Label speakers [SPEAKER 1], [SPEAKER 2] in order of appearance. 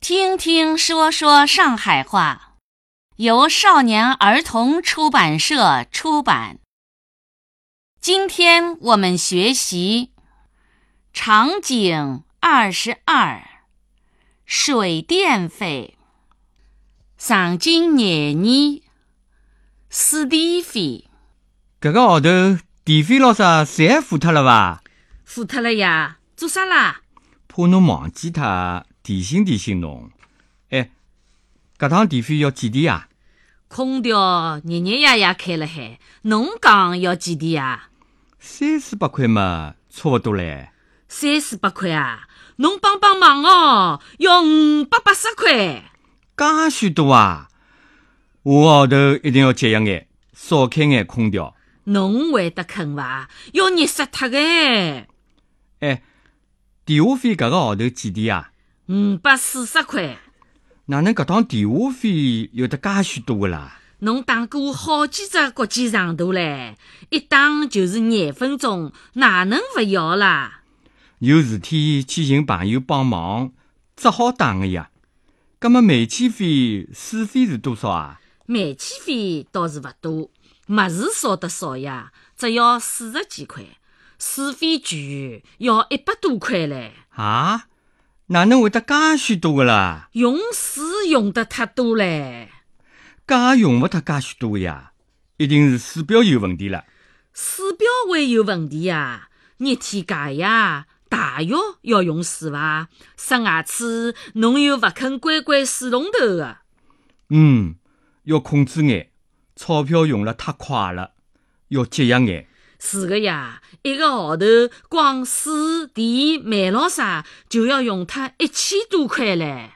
[SPEAKER 1] 听听说说上海话，由少年儿童出版社出版。今天我们学习场景二十二，水电费。场景廿二，水电费。
[SPEAKER 2] 搿个号头电费咾啥侪付脱了伐？
[SPEAKER 1] 付脱了呀，做啥啦？
[SPEAKER 2] 怕侬忘记脱，提醒提醒侬。哎，搿趟电费要几钿啊？
[SPEAKER 1] 空调日日夜夜开了海，侬讲要几钿呀？
[SPEAKER 2] 三四百块嘛，差勿多唻。
[SPEAKER 1] 三四百块啊！侬帮帮忙哦，要五百八十块。
[SPEAKER 2] 介许多啊！下个号头一定要节约眼，少开眼空调。
[SPEAKER 1] 侬会得肯伐？要热死脱个，
[SPEAKER 2] 哎，电话费搿个号头几钿啊？
[SPEAKER 1] 五百四十块。
[SPEAKER 2] 哪能搿趟电话费有得介许多个啦？
[SPEAKER 1] 侬打过好几只国际长途唻，一打就是廿分钟，哪能勿要啦？
[SPEAKER 2] 有事体去寻朋友帮忙，只好打个呀。葛么煤气费、水费是多少啊？
[SPEAKER 1] 煤气费倒是勿多，物事烧得少呀，只要四十几块。水费全要一百多块唻，
[SPEAKER 2] 啊？哪能会得介许多个啦？
[SPEAKER 1] 用水用得太多唻。
[SPEAKER 2] 介用勿脱介许多个呀？一定是水表有问题了。
[SPEAKER 1] 水表会有问题呀、热天解呀，洗浴要用水伐？刷牙齿，侬又勿肯关关水龙头啊个。
[SPEAKER 2] 嗯，要控制眼，钞票用了太快了，要节约眼。
[SPEAKER 1] 是个呀，一个号头光水电煤老啥，就要用脱一千多块唻。